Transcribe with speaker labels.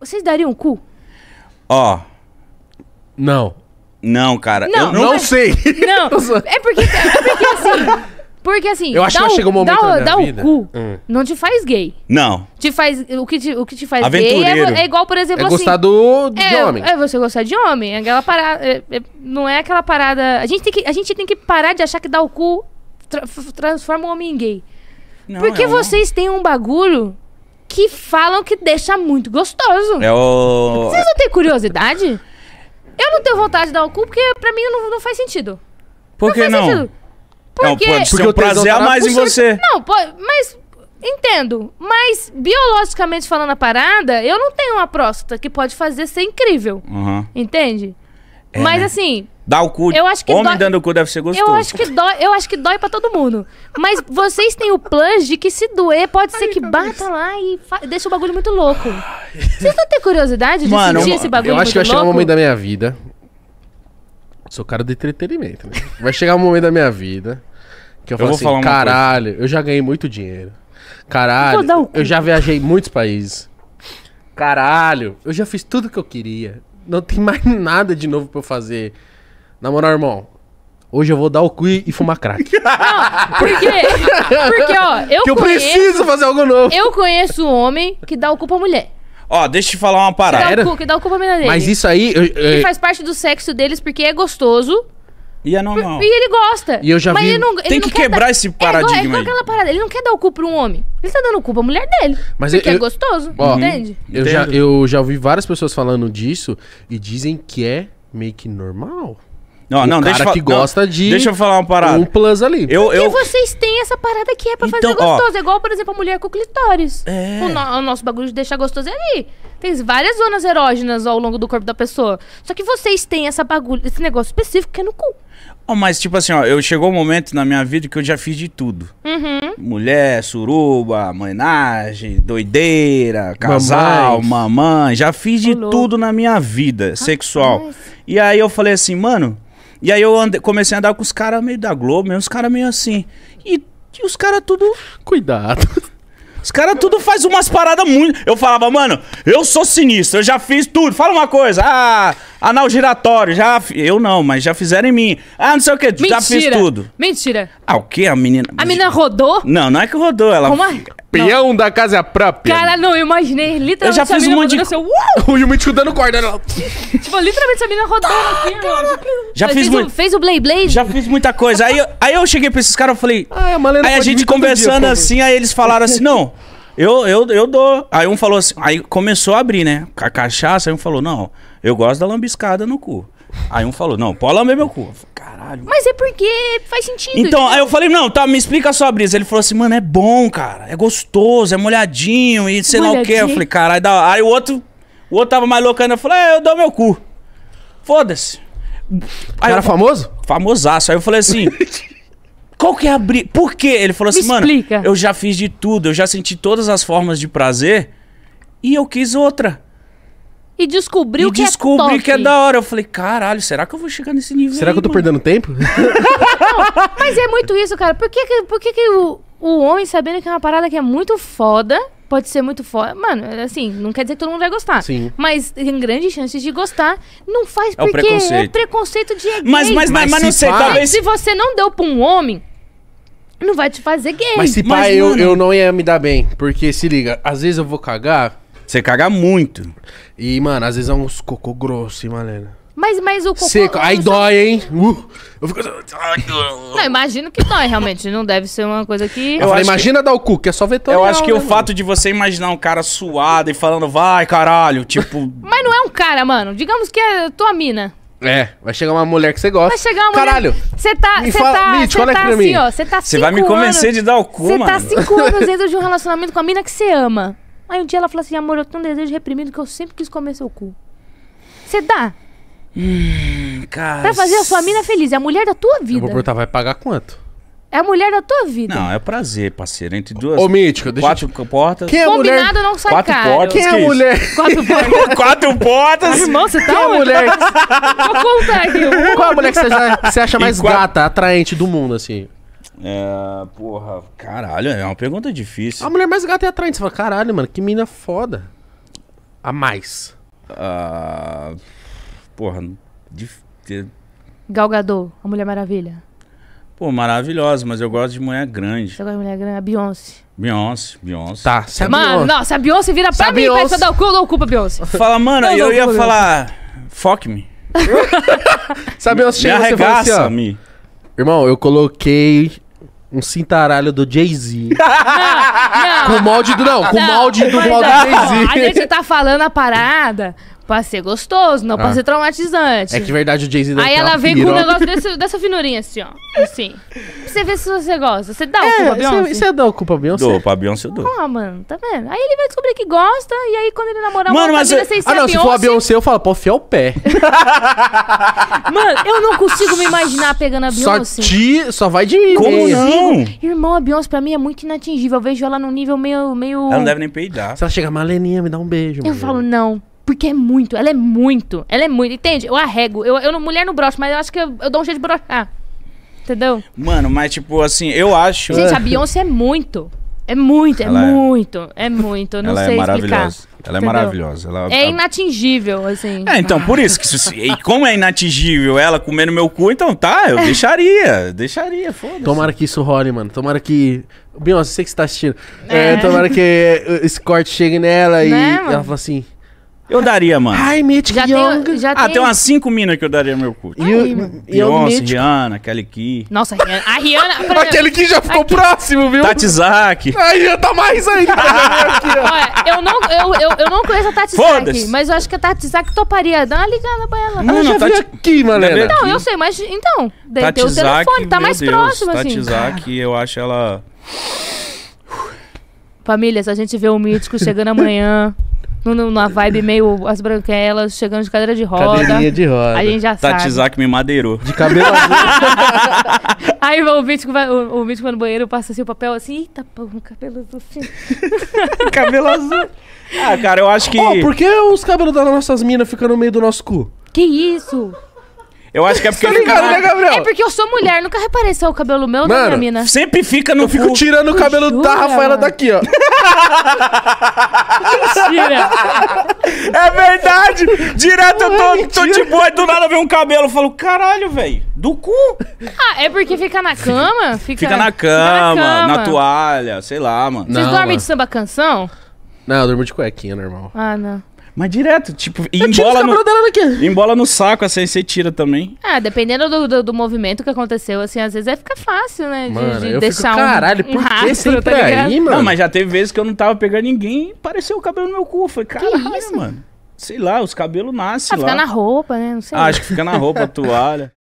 Speaker 1: Vocês dariam um cu?
Speaker 2: Ó,
Speaker 3: Não.
Speaker 2: não, cara.
Speaker 1: Não,
Speaker 2: eu
Speaker 3: Não,
Speaker 2: não,
Speaker 3: sei.
Speaker 1: Não, é porque, é porque assim... Porque assim,
Speaker 3: Eu acho
Speaker 1: dá
Speaker 3: que
Speaker 1: o-
Speaker 3: chegou um
Speaker 1: dá,
Speaker 3: momento
Speaker 1: o-
Speaker 3: na minha
Speaker 1: dá
Speaker 3: vida.
Speaker 1: o cu
Speaker 3: Hum.
Speaker 1: não te faz gay.
Speaker 2: não.
Speaker 1: Te faz, o, que te, o que te faz gay é,
Speaker 2: Aventureiro.
Speaker 1: vo- é igual, por exemplo,
Speaker 3: É
Speaker 1: assim...
Speaker 3: gostar do, de
Speaker 1: É,
Speaker 3: homem.
Speaker 1: é você gostar de homem. é Aquela parada, é- é- não é aquela parada. A gente, tem que, a gente tem que parar de achar que dar o cu tra- f- transforma o homem em gay.
Speaker 2: Não,
Speaker 1: Porque
Speaker 2: é o-
Speaker 1: vocês têm um bagulho que falam que deixa muito gostoso.
Speaker 2: É o.
Speaker 1: Vocês não têm curiosidade? Eu não tenho vontade de dar o cu porque pra mim não, não faz sentido.
Speaker 2: Por que
Speaker 1: faz
Speaker 2: não?
Speaker 1: sentido.
Speaker 2: Não,
Speaker 1: Porque.
Speaker 2: pode ser
Speaker 3: Porque
Speaker 2: um
Speaker 3: o tesão
Speaker 2: prazer
Speaker 3: tá
Speaker 2: a
Speaker 3: na
Speaker 2: mais em
Speaker 3: pulsante.
Speaker 2: você.
Speaker 1: Não, pode, mas. Entendo. Mas, biologicamente falando a parada, eu não tenho uma próstata que pode fazer ser incrível.
Speaker 2: Aham.
Speaker 1: Entende?
Speaker 2: É,
Speaker 1: mas
Speaker 2: né?
Speaker 1: assim,
Speaker 2: Dá o cu.
Speaker 1: Eu acho que
Speaker 2: Homem
Speaker 1: dói-
Speaker 2: dando o cu deve ser gostoso.
Speaker 1: Eu acho que dói, eu acho que dói pra todo mundo. Mas vocês têm o plus de que se doer, pode ser que bata lá e fa- deixa o bagulho muito louco. Vocês não têm curiosidade de
Speaker 2: Mano,
Speaker 1: sentir
Speaker 2: eu-
Speaker 1: esse bagulho
Speaker 3: Eu acho que vai
Speaker 1: muito
Speaker 3: chegar um
Speaker 1: louco?
Speaker 3: momento da minha vida. Sou cara do entretenimento, né? Vai chegar um momento da minha vida que eu, falo
Speaker 2: vou
Speaker 3: assim,
Speaker 2: falar uma
Speaker 3: caralho, eu já ganhei muito dinheiro. Caralho,
Speaker 1: Vou dar Então o cu.
Speaker 3: eu já viajei em muitos países. Caralho, eu já fiz tudo que eu queria. Não tem mais nada de novo pra eu fazer. Na moral, irmão, hoje eu vou dar o cu e e fumar crack.
Speaker 1: Por quê? Porque, ó, eu,
Speaker 3: que eu
Speaker 1: conheço,
Speaker 3: preciso fazer algo novo.
Speaker 1: eu conheço um homem que dá o cu pra mulher.
Speaker 2: Ó, deixa eu te falar uma
Speaker 1: Que
Speaker 2: parada.
Speaker 1: dá,
Speaker 3: Sério?
Speaker 1: o cu, que dá o cu pra menina dele.
Speaker 3: Mas isso aí, eu- é,
Speaker 1: Que
Speaker 3: eu-
Speaker 1: faz parte do sexo deles porque é gostoso
Speaker 2: E é normal.
Speaker 1: e ele gosta.
Speaker 3: E eu já
Speaker 1: Mas
Speaker 3: vi-
Speaker 1: ele não, ele
Speaker 2: Tem
Speaker 1: não
Speaker 2: que
Speaker 1: quer
Speaker 2: quebrar
Speaker 1: dar-
Speaker 2: esse
Speaker 1: É igual- É igual,
Speaker 2: paradigma aí.
Speaker 1: aquela parada. Ele não quer dar o cu pra um homem. Ele tá dando o cu pra mulher dele.
Speaker 3: Mas
Speaker 1: porque
Speaker 3: eu-
Speaker 1: é
Speaker 3: eu-
Speaker 1: gostoso.
Speaker 3: Ó, Uhum.
Speaker 1: entende?
Speaker 3: Eu já,
Speaker 2: Entendo.
Speaker 3: eu já ouvi várias pessoas falando disso e dizem que é meio que normal.
Speaker 2: Não, não,
Speaker 3: o
Speaker 2: deixa eu
Speaker 3: cara
Speaker 2: fa-
Speaker 3: que
Speaker 2: não,
Speaker 3: gosta de
Speaker 2: Deixa eu falar uma parada.
Speaker 3: Um plus ali.
Speaker 2: Eu,
Speaker 1: Porque
Speaker 2: eu,
Speaker 1: vocês têm essa parada que é pra fazer
Speaker 2: Então, ó.
Speaker 1: gostoso. é igual, por exemplo, a mulher com clitóris.
Speaker 2: É.
Speaker 1: O, no- o nosso bagulho de deixar gostoso é ali. Tem várias zonas erógenas ao longo do corpo da pessoa. Só que vocês têm essa bagulho, esse negócio específico que é no cu.
Speaker 2: Ó, mas tipo assim, ó, eu chegou um momento na minha vida que eu já fiz de tudo.
Speaker 1: Uhum.
Speaker 2: Mulher, suruba, mainagem, doideira, casal, mamãe, já fiz de
Speaker 1: Ô, louco.
Speaker 2: tudo na minha vida sexual. E aí eu falei assim, mano, e aí eu ande- comecei a andar com os caras meio da Globo, meio os caras meio assim. E, e os caras tudo
Speaker 3: Cuidado.
Speaker 2: os caras tudo faz umas paradas muito. Eu falava, mano, eu sou sinistro, eu já fiz tudo. Fala uma coisa, ah, anal giratório, já. fi- Eu não, mas já fizeram em mim. Ah, não sei o que, já fiz tudo.
Speaker 1: Mentira.
Speaker 2: Ah, o que? A menina.
Speaker 1: A menina rodou?
Speaker 2: Não, não é que rodou, ela.
Speaker 1: Como é? Não.
Speaker 3: Peão da casa é própria.
Speaker 1: Cara, não, eu imaginei literalmente
Speaker 2: Eu já
Speaker 1: essa
Speaker 2: fiz um
Speaker 1: menina
Speaker 2: monte de
Speaker 1: rodando assim, uau!
Speaker 3: o Yumi chutando corda. né? ela-
Speaker 1: Tipo, literalmente essa menina rodando assim, ó.
Speaker 2: Tá, Já
Speaker 1: Fez
Speaker 2: fiz
Speaker 1: o-
Speaker 2: muito-
Speaker 1: Fez o Blade Blade?
Speaker 2: Já fiz muita coisa. Aí, eu- aí eu cheguei pra esses caras e falei.
Speaker 3: Ah, é uma lenda
Speaker 2: aí a
Speaker 3: pode
Speaker 2: gente
Speaker 3: vir todo dia,
Speaker 2: conversando
Speaker 3: por favor.
Speaker 2: assim, aí eles falaram assim, não, eu, eu, eu dou. Aí um falou assim, aí começou a abrir, né? A cachaça, aí um falou, não, eu gosto da lambiscada no cu. Aí um falou, não, pode lamber meu cu. Eu falei, Caralho.
Speaker 1: Mas é porque faz sentido.
Speaker 2: Então, aí eu falei, não, tá, me explica só a brisa. Ele falou assim, mano, é bom, cara. É gostoso, é molhadinho e sei lá o quê. Eu
Speaker 1: Molhadinho.
Speaker 2: falei, caralho, da hora." Aí o outro, o outro tava mais louco ainda. Eu falei, é, eu dou meu cu. Foda-se. Aí
Speaker 3: Cara é
Speaker 2: eu,
Speaker 3: famoso?
Speaker 2: famosaço. Aí eu falei assim, qual que é a brisa? Por quê? Ele falou
Speaker 1: Me
Speaker 2: assim, mano,
Speaker 1: explica."
Speaker 2: eu já fiz de tudo. Eu já senti todas as formas de prazer e eu quis outra.
Speaker 1: E descobriu
Speaker 2: e
Speaker 1: que é
Speaker 2: descobri
Speaker 1: top.
Speaker 2: que é da hora. Eu falei, caralho, será que eu vou chegar nesse nível
Speaker 3: Será
Speaker 2: aí,
Speaker 3: que eu tô
Speaker 2: mano?"
Speaker 3: perdendo tempo?
Speaker 1: Mas é muito isso, cara. Por que, que- por que, que o, o homem, sabendo que é uma parada que é muito foda, pode ser muito foda. Mano, assim, não quer dizer que todo mundo vai gostar.
Speaker 3: Sim.
Speaker 1: Mas tem grandes chances de gostar. Não faz
Speaker 2: É o
Speaker 1: porque
Speaker 2: preconceito.
Speaker 1: é preconceito de é gay.
Speaker 2: Mas, mas, mas,
Speaker 3: Mas
Speaker 2: mas não
Speaker 3: se
Speaker 2: sei,
Speaker 3: faz-
Speaker 2: talvez...
Speaker 1: se você não deu pra um homem, não vai te fazer gay.
Speaker 3: Mas se
Speaker 2: Mas,
Speaker 3: pá, eu,
Speaker 2: mano-
Speaker 3: eu não ia me dar bem. Porque, se liga, às vezes eu vou cagar
Speaker 2: Você caga muito.
Speaker 3: e, mano, às vezes é uns cocô grosso, hein, Malena?
Speaker 1: Mas, mas o cocô...
Speaker 3: Seco. Aí
Speaker 1: não-
Speaker 3: dói, hein? Uh, eu fico... assim, ah.
Speaker 1: Não, imagino que dói, realmente. Não deve ser uma coisa que...
Speaker 3: Eu falei,
Speaker 2: acho que-
Speaker 3: imagina dar o cu, que é só vetor.
Speaker 2: eu acho que o fato de você imaginar um cara suado e falando, vai, caralho, tipo.
Speaker 1: Mas não é um cara, mano. Digamos que é tua mina.
Speaker 3: É, vai chegar uma mulher que você gosta.
Speaker 1: Vai chegar uma
Speaker 3: Caralho,
Speaker 1: Você tá,
Speaker 3: Me
Speaker 1: você
Speaker 3: fala-
Speaker 1: tá,
Speaker 3: Mitch,
Speaker 1: você
Speaker 3: olha
Speaker 1: tá
Speaker 3: aqui pra
Speaker 1: assim,
Speaker 3: mim.
Speaker 1: ó. Você tá
Speaker 2: Você vai me
Speaker 1: cinco
Speaker 2: convencer
Speaker 1: anos-
Speaker 2: de dar o cu,
Speaker 1: Você
Speaker 2: mano.
Speaker 1: tá cinco anos dentro de um relacionamento com a mina que você ama. Aí um dia ela fala assim, amor, eu tenho um desejo reprimido que eu sempre quis comer seu cu. Você dá
Speaker 2: Hum, Cara,
Speaker 1: pra fazer a sua mina feliz. É a mulher da tua
Speaker 3: eu vou
Speaker 1: vida.
Speaker 3: perguntar, vai pagar quanto?
Speaker 1: É a mulher da tua vida.
Speaker 2: Não, é prazer, parceiro. Entre duas.
Speaker 3: Ô, Mítico, deixa eu
Speaker 2: quatro portas.
Speaker 3: Quem é a mulher?
Speaker 1: Combinado não sai
Speaker 2: Quatro
Speaker 1: caro.
Speaker 2: potes.
Speaker 3: Quem é a
Speaker 2: Que isso?
Speaker 3: mulher?
Speaker 1: Quatro potes.
Speaker 2: quatro portas?
Speaker 1: Irmão, você tá
Speaker 3: Quem é a
Speaker 1: onde?
Speaker 3: mulher?
Speaker 1: Vou contar aqui.
Speaker 3: Qual é a mulher que você acha, que você acha mais
Speaker 2: qual-
Speaker 3: gata, atraente do mundo, assim?
Speaker 2: É, porra, caralho, é uma pergunta difícil.
Speaker 3: A mulher mais gata e atraente. Você fala, caralho, mano, que mina foda. a mais?
Speaker 2: Ah, porra, dif- te-
Speaker 1: Galgador, a Mulher Maravilha.
Speaker 2: pô, maravilhosa, mas eu gosto de mulher grande.
Speaker 1: Você gosta de mulher grande? A Beyoncé.
Speaker 2: Beyoncé, Beyoncé.
Speaker 3: Tá, se a
Speaker 1: Mano,
Speaker 3: Beyoncé-
Speaker 1: não, se a Beyoncé vira
Speaker 3: Se a
Speaker 1: pra mim, pra
Speaker 3: Beyoncé-
Speaker 1: eu dar o cu, eu dou o cu pra Beyoncé.
Speaker 2: Fala, mano,
Speaker 1: Não,
Speaker 2: eu
Speaker 1: não,
Speaker 2: ia
Speaker 1: não, não.
Speaker 2: falar. Fuck me.
Speaker 3: se a Beyoncé
Speaker 2: Me
Speaker 3: chega e fala assim, ó,
Speaker 2: arregaça, me.
Speaker 3: Irmão, eu coloquei um cintaralho do Jay-Z.
Speaker 1: Não,
Speaker 3: com o molde do. Não, com o
Speaker 1: Não,
Speaker 3: molde do
Speaker 1: mas
Speaker 3: pau do
Speaker 1: não, A
Speaker 3: Jay-Z.
Speaker 1: gente tá falando a parada pra ser gostoso, não
Speaker 3: Ah.
Speaker 1: pra ser traumatizante.
Speaker 3: É que de verdade o Jay-Z deve
Speaker 1: Aí
Speaker 3: ter uma
Speaker 1: ela vem com um
Speaker 3: piroca.
Speaker 1: negócio desse- dessa finurinha assim, ó. Assim. Pra você ver se você gosta. Você dá o cu pra
Speaker 3: É, isso é-
Speaker 1: Beyoncé?
Speaker 3: isso é da culpa Beyoncé.
Speaker 2: Dou, pra Beyoncé eu dou.
Speaker 1: Ah, mano, tá vendo? Aí ele vai descobrir que gosta, e aí quando ele namorar
Speaker 2: Mano,
Speaker 1: uma outra
Speaker 2: mas
Speaker 1: vida
Speaker 2: eu-
Speaker 1: sem ser
Speaker 3: Ah, não,
Speaker 1: a
Speaker 3: se for a
Speaker 1: é Beyoncé...
Speaker 3: Beyoncé, eu falo, pô, fiar o pé.
Speaker 1: Mano, eu não consigo me imaginar pegando a
Speaker 3: Só,
Speaker 1: Beyoncé.
Speaker 3: ti, só vai de
Speaker 2: Como
Speaker 3: meia.
Speaker 2: não?
Speaker 1: Irmão, a Beyoncé pra mim é muito inatingível. Eu vejo ela num nível meio... meio...
Speaker 2: Ela não deve nem peidar.
Speaker 3: Se ela chega, Maleninha, me dá um beijo.
Speaker 1: Eu
Speaker 2: Uhum.
Speaker 3: Maleninha."
Speaker 1: falo não. Porque é muito, ela é muito, ela é muito, entende? Eu arrego, eu, eu não, mulher não brocha, mas eu acho que eu, eu dou um jeito de brochar. Entendeu?
Speaker 2: Mano, mas tipo assim, eu acho.
Speaker 1: Gente, a Beyoncé é muito. É muito, é
Speaker 2: Ela é.
Speaker 1: muito, é muito. Eu não
Speaker 2: ela
Speaker 1: sei
Speaker 2: é
Speaker 1: explicar.
Speaker 2: maravilhosa. Ela é
Speaker 1: Entendeu?
Speaker 2: maravilhosa. Ela,
Speaker 1: É
Speaker 2: a-
Speaker 1: inatingível, assim.
Speaker 2: É, então, por isso que. se- E como é inatingível ela comendo meu cu, então tá, eu deixaria. Deixaria, foda-se.
Speaker 3: Tomara que isso role, mano. Tomara que. Beyoncé, você que está assistindo. É, tomara que eh, esse corte chegue nela e
Speaker 1: Né, mano?
Speaker 3: ela fala assim.
Speaker 2: Eu daria, mano.
Speaker 3: Ai, Mitch
Speaker 1: Já
Speaker 3: Young.
Speaker 1: tem. Já
Speaker 2: ah,
Speaker 1: tem... um-
Speaker 2: tem umas cinco minas que eu daria meu cu.
Speaker 3: You, Young
Speaker 2: Beyoncé,
Speaker 3: Mitch.
Speaker 2: Rihanna, Kelly Key,
Speaker 1: Nossa, a Rihanna. A Rihanna. por exemplo,
Speaker 3: Aquele que já ficou próximo, viu?
Speaker 2: Tati Zaki.
Speaker 3: Aí já tá mais ainda.
Speaker 1: olha, eu não, eu, eu, eu não conheço a Tati
Speaker 2: Foda-se.
Speaker 1: Zaki, mas eu acho que a Tati Zaki toparia. Dá uma ligada pra ela.
Speaker 2: Não,
Speaker 3: Ela já
Speaker 2: não,
Speaker 3: veio
Speaker 2: Tati-
Speaker 3: aqui, Malena.
Speaker 2: Não,
Speaker 1: Não, eu sei, mas então, daí tem
Speaker 2: Tati
Speaker 1: o telefone,
Speaker 2: Zaki,
Speaker 1: tá
Speaker 2: meu
Speaker 1: mais
Speaker 2: Deus,
Speaker 1: próximo, assim.
Speaker 2: Tati Zaki, eu acho ela...
Speaker 1: Família, se a gente vê o Mítico chegando amanhã, no- no- numa vibe meio as branquelas, chegando de cadeira de roda,
Speaker 3: Cadeirinha de roda.
Speaker 1: a gente já
Speaker 2: Tati
Speaker 1: sabe.
Speaker 2: Zaki me madeirou.
Speaker 3: De cabelo azul.
Speaker 1: Aí o Mítico vai, o, o Mítico vai no banheiro, passa assim o papel assim, eita, pô, um cabelo assim.
Speaker 2: Cabelo azul. Ah, cara, eu acho que...
Speaker 3: Ó, por que os cabelos das nossas minas ficam no meio do nosso cu?
Speaker 1: Que isso?
Speaker 2: Eu acho que é porque...
Speaker 3: Tá ligado,
Speaker 2: fica-
Speaker 3: né, Gabriel?
Speaker 1: É porque eu sou mulher, nunca reparei se é o cabelo meu ou da
Speaker 3: Mano,
Speaker 1: minha mina.
Speaker 2: Sempre fica no
Speaker 3: Eu fico
Speaker 2: cu.
Speaker 3: tirando o cabelo
Speaker 1: Jura,
Speaker 3: da Rafaela
Speaker 1: mano?
Speaker 3: daqui, ó.
Speaker 1: Mentira.
Speaker 2: É verdade! Direto eu tô, tô
Speaker 3: mentira.
Speaker 2: de boa e do nada vem um cabelo. Eu falo, caralho, velho, do cu.
Speaker 1: Ah, é porque fica na cama? Fica,
Speaker 2: Fica na cama, na,
Speaker 1: cama.
Speaker 2: toalha, sei lá, mano.
Speaker 1: Vocês
Speaker 3: Não,
Speaker 1: dormem
Speaker 3: mano.
Speaker 1: de samba canção?
Speaker 3: Não, eu durmo de cuequinha, normal.
Speaker 1: Ah, não.
Speaker 2: Mas direto, tipo, e
Speaker 3: Eu tiro os
Speaker 2: embola
Speaker 3: cabelos
Speaker 2: no,
Speaker 3: dela daqui.
Speaker 2: embola no saco, assim, você tira também.
Speaker 1: Ah, dependendo do, do, do movimento que aconteceu, assim, às vezes aí fica fácil, né? De,
Speaker 3: Mano,
Speaker 1: de
Speaker 3: eu fico,
Speaker 1: deixar um.
Speaker 3: caralho,
Speaker 1: um
Speaker 3: por que
Speaker 1: rastro,
Speaker 3: sempre
Speaker 1: tá ligado?
Speaker 3: aí, mano?
Speaker 2: Não, mas já teve vezes que eu não tava pegando ninguém e apareceu o cabelo no meu cu. Eu falei, caralho,
Speaker 1: isso?
Speaker 2: mano. Sei lá, os cabelos
Speaker 1: Ah,
Speaker 2: nascem
Speaker 1: fica
Speaker 2: lá.
Speaker 1: na roupa, né? Não sei.
Speaker 2: Ah, acho que fica na roupa, toalha.